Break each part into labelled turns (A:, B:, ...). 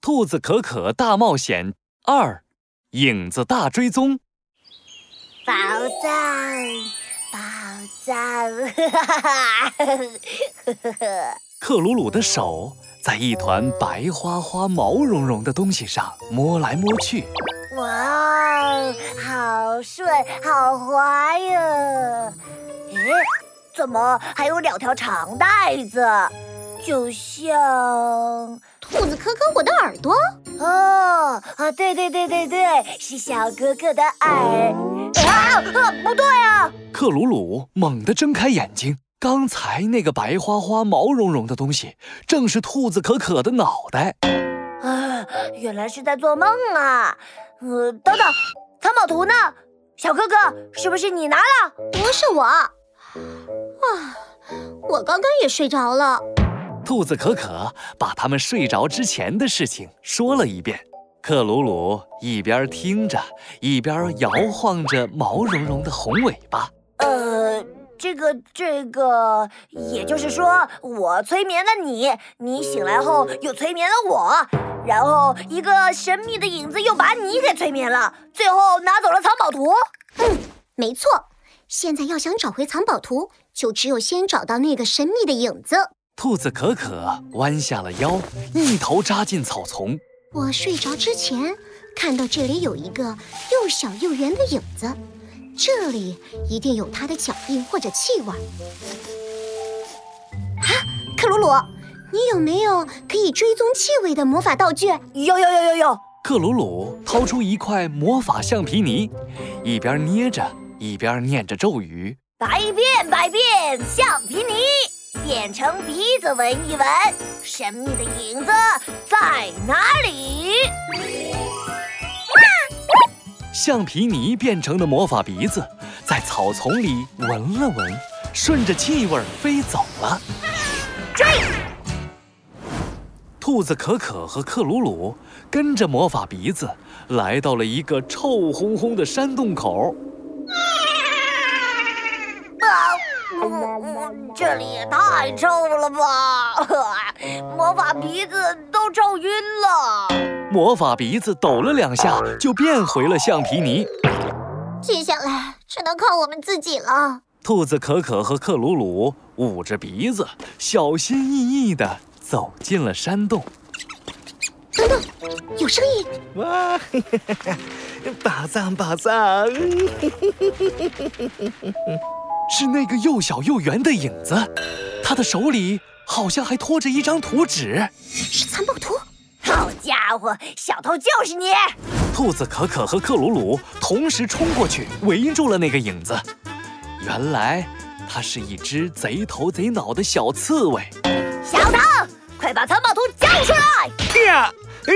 A: 兔子可可大冒险二：影子大追踪。
B: 宝藏，宝藏， 哈哈哈哈哈！
A: 克鲁鲁的手在一团白花花、毛茸茸的东西上摸来摸去。
B: 哇哦，好顺，好滑呀！诶，怎么还有两条长带子？就像……
C: 兔子可可我的耳朵，
B: 哦啊，对对对对对，是小哥哥的耳。啊，啊不对啊！
A: 克鲁鲁猛地睁开眼睛，刚才那个白花花、毛茸茸的东西，正是兔子可可的脑袋。
B: 啊，原来是在做梦啊！呃，等等，藏宝图呢？小哥哥，是不是你拿了？
C: 不是我。啊，我刚刚也睡着了。
A: 兔子可可把他们睡着之前的事情说了一遍。克鲁鲁一边听着，一边摇晃着毛茸茸的红尾巴。
B: 呃，这个这个，也就是说，我催眠了你，你醒来后又催眠了我，然后一个神秘的影子又把你给催眠了，最后拿走了藏宝图。
C: 嗯没错，现在要想找回藏宝图，就只有先找到那个神秘的影子。
A: 兔子可可弯下了腰，一头扎进草丛。
C: 我睡着之前看到这里有一个又小又圆的影子，这里一定有它的脚印或者气味儿。啊，克鲁鲁，你有没有可以追踪气味的魔法道具？
B: 有有有有有，
A: 克鲁鲁掏出一块魔法橡皮泥，一边捏着，一边念着咒语。
B: 百变百变橡皮泥，变成鼻子闻一闻，神秘的影子在哪里？
A: 橡皮泥变成的魔法鼻子，在草丛里闻了闻，顺着气味儿飞走了。兔子可可和克鲁鲁跟着魔法鼻子来到了一个臭烘烘的山洞口。
B: 嗯嗯，这里也太臭了吧！魔法鼻子都臭晕了。
A: 魔法鼻子抖了两下，就变回了橡皮泥。
C: 接下来只能靠我们自己了。
A: 兔子可可和克鲁鲁捂着鼻子，小心翼翼地走进了山洞。
C: 等等，有声音！
D: 哇，嘿嘿嘿嘿宝藏宝藏！
A: 是那个又小又圆的影子，他的手里好像还拖着一张图纸。
C: 是藏宝图。
B: 好家伙，小偷就是你！
A: 兔子可可和克鲁鲁同时冲过去，围住了那个影子。原来，它是一只贼头贼脑的小刺猬。
B: 小偷，快把藏宝图交出来！
D: 呀，哎，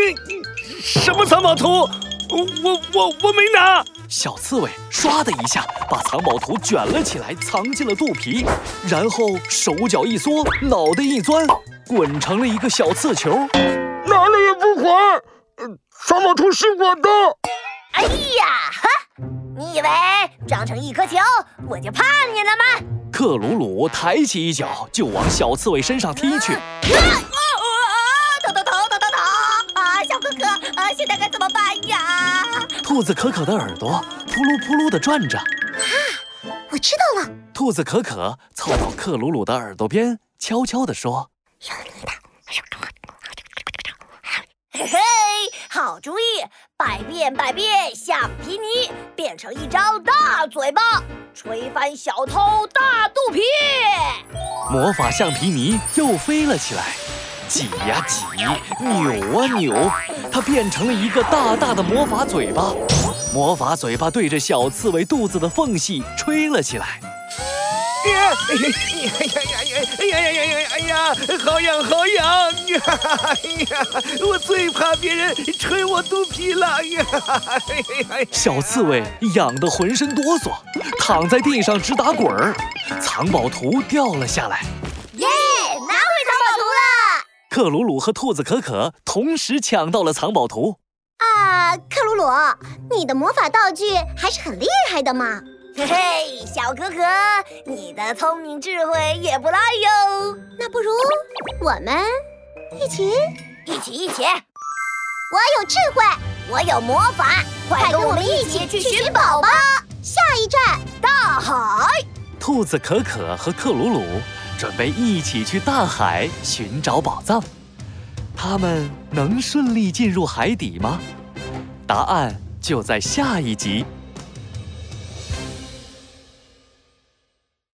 D: 什么藏宝图？我我我没拿。
A: 小刺猬唰的一下把藏宝图卷了起来，藏进了肚皮，然后手脚一缩，脑袋一钻，滚成了一个小刺球。
D: 拿了也不还。呃藏宝图是我的。
B: 哎呀，哈！你以为装成一颗球我就怕你了吗？
A: 克鲁鲁抬起一脚就往小刺猬身上踢去。
B: 啊啊！疼疼疼疼疼疼！啊，小哥哥，啊，现在该怎么办呀？
A: 兔子可可的耳朵扑噜扑噜地转着，
C: 我知道了，
A: 兔子可可凑到克鲁鲁的耳朵边，悄悄地说
C: 有你的。
B: 嘿嘿，好主意！百变百变橡皮泥变成一张大嘴巴，吹翻小偷大肚皮。：“
A: 魔法橡皮泥又飞了起来，挤呀挤，扭啊扭，它变成了一个大大的魔法嘴巴。魔法嘴巴对着小刺猬肚子的缝隙吹了起来。
D: 呀哎呀哎呀哎呀哎呀哎呀哎呀！好痒好痒！哎呀，我最怕别人吹我肚皮了！哎呀，哎呀
A: 小刺猬痒得浑身哆嗦，躺在地上直打滚儿。藏宝图掉了下来。”
B: 耶，哎拿回藏宝图了！
A: 克鲁鲁和兔子可可同时抢到了藏宝图。
C: 啊，克鲁鲁，你的魔法道具还是很厉害的嘛！
B: 嘿嘿，小哥哥，你的聪明智慧也不赖哟。
C: 那不如我们一起
B: 一起一起，
C: 我有智慧，
B: 我有魔法，快跟我们一起去寻宝吧！
C: 下一站
B: 大海，
A: 兔子可可和克鲁鲁准备一起去大海寻找宝藏，他们能顺利进入海底吗？答案就在下一集《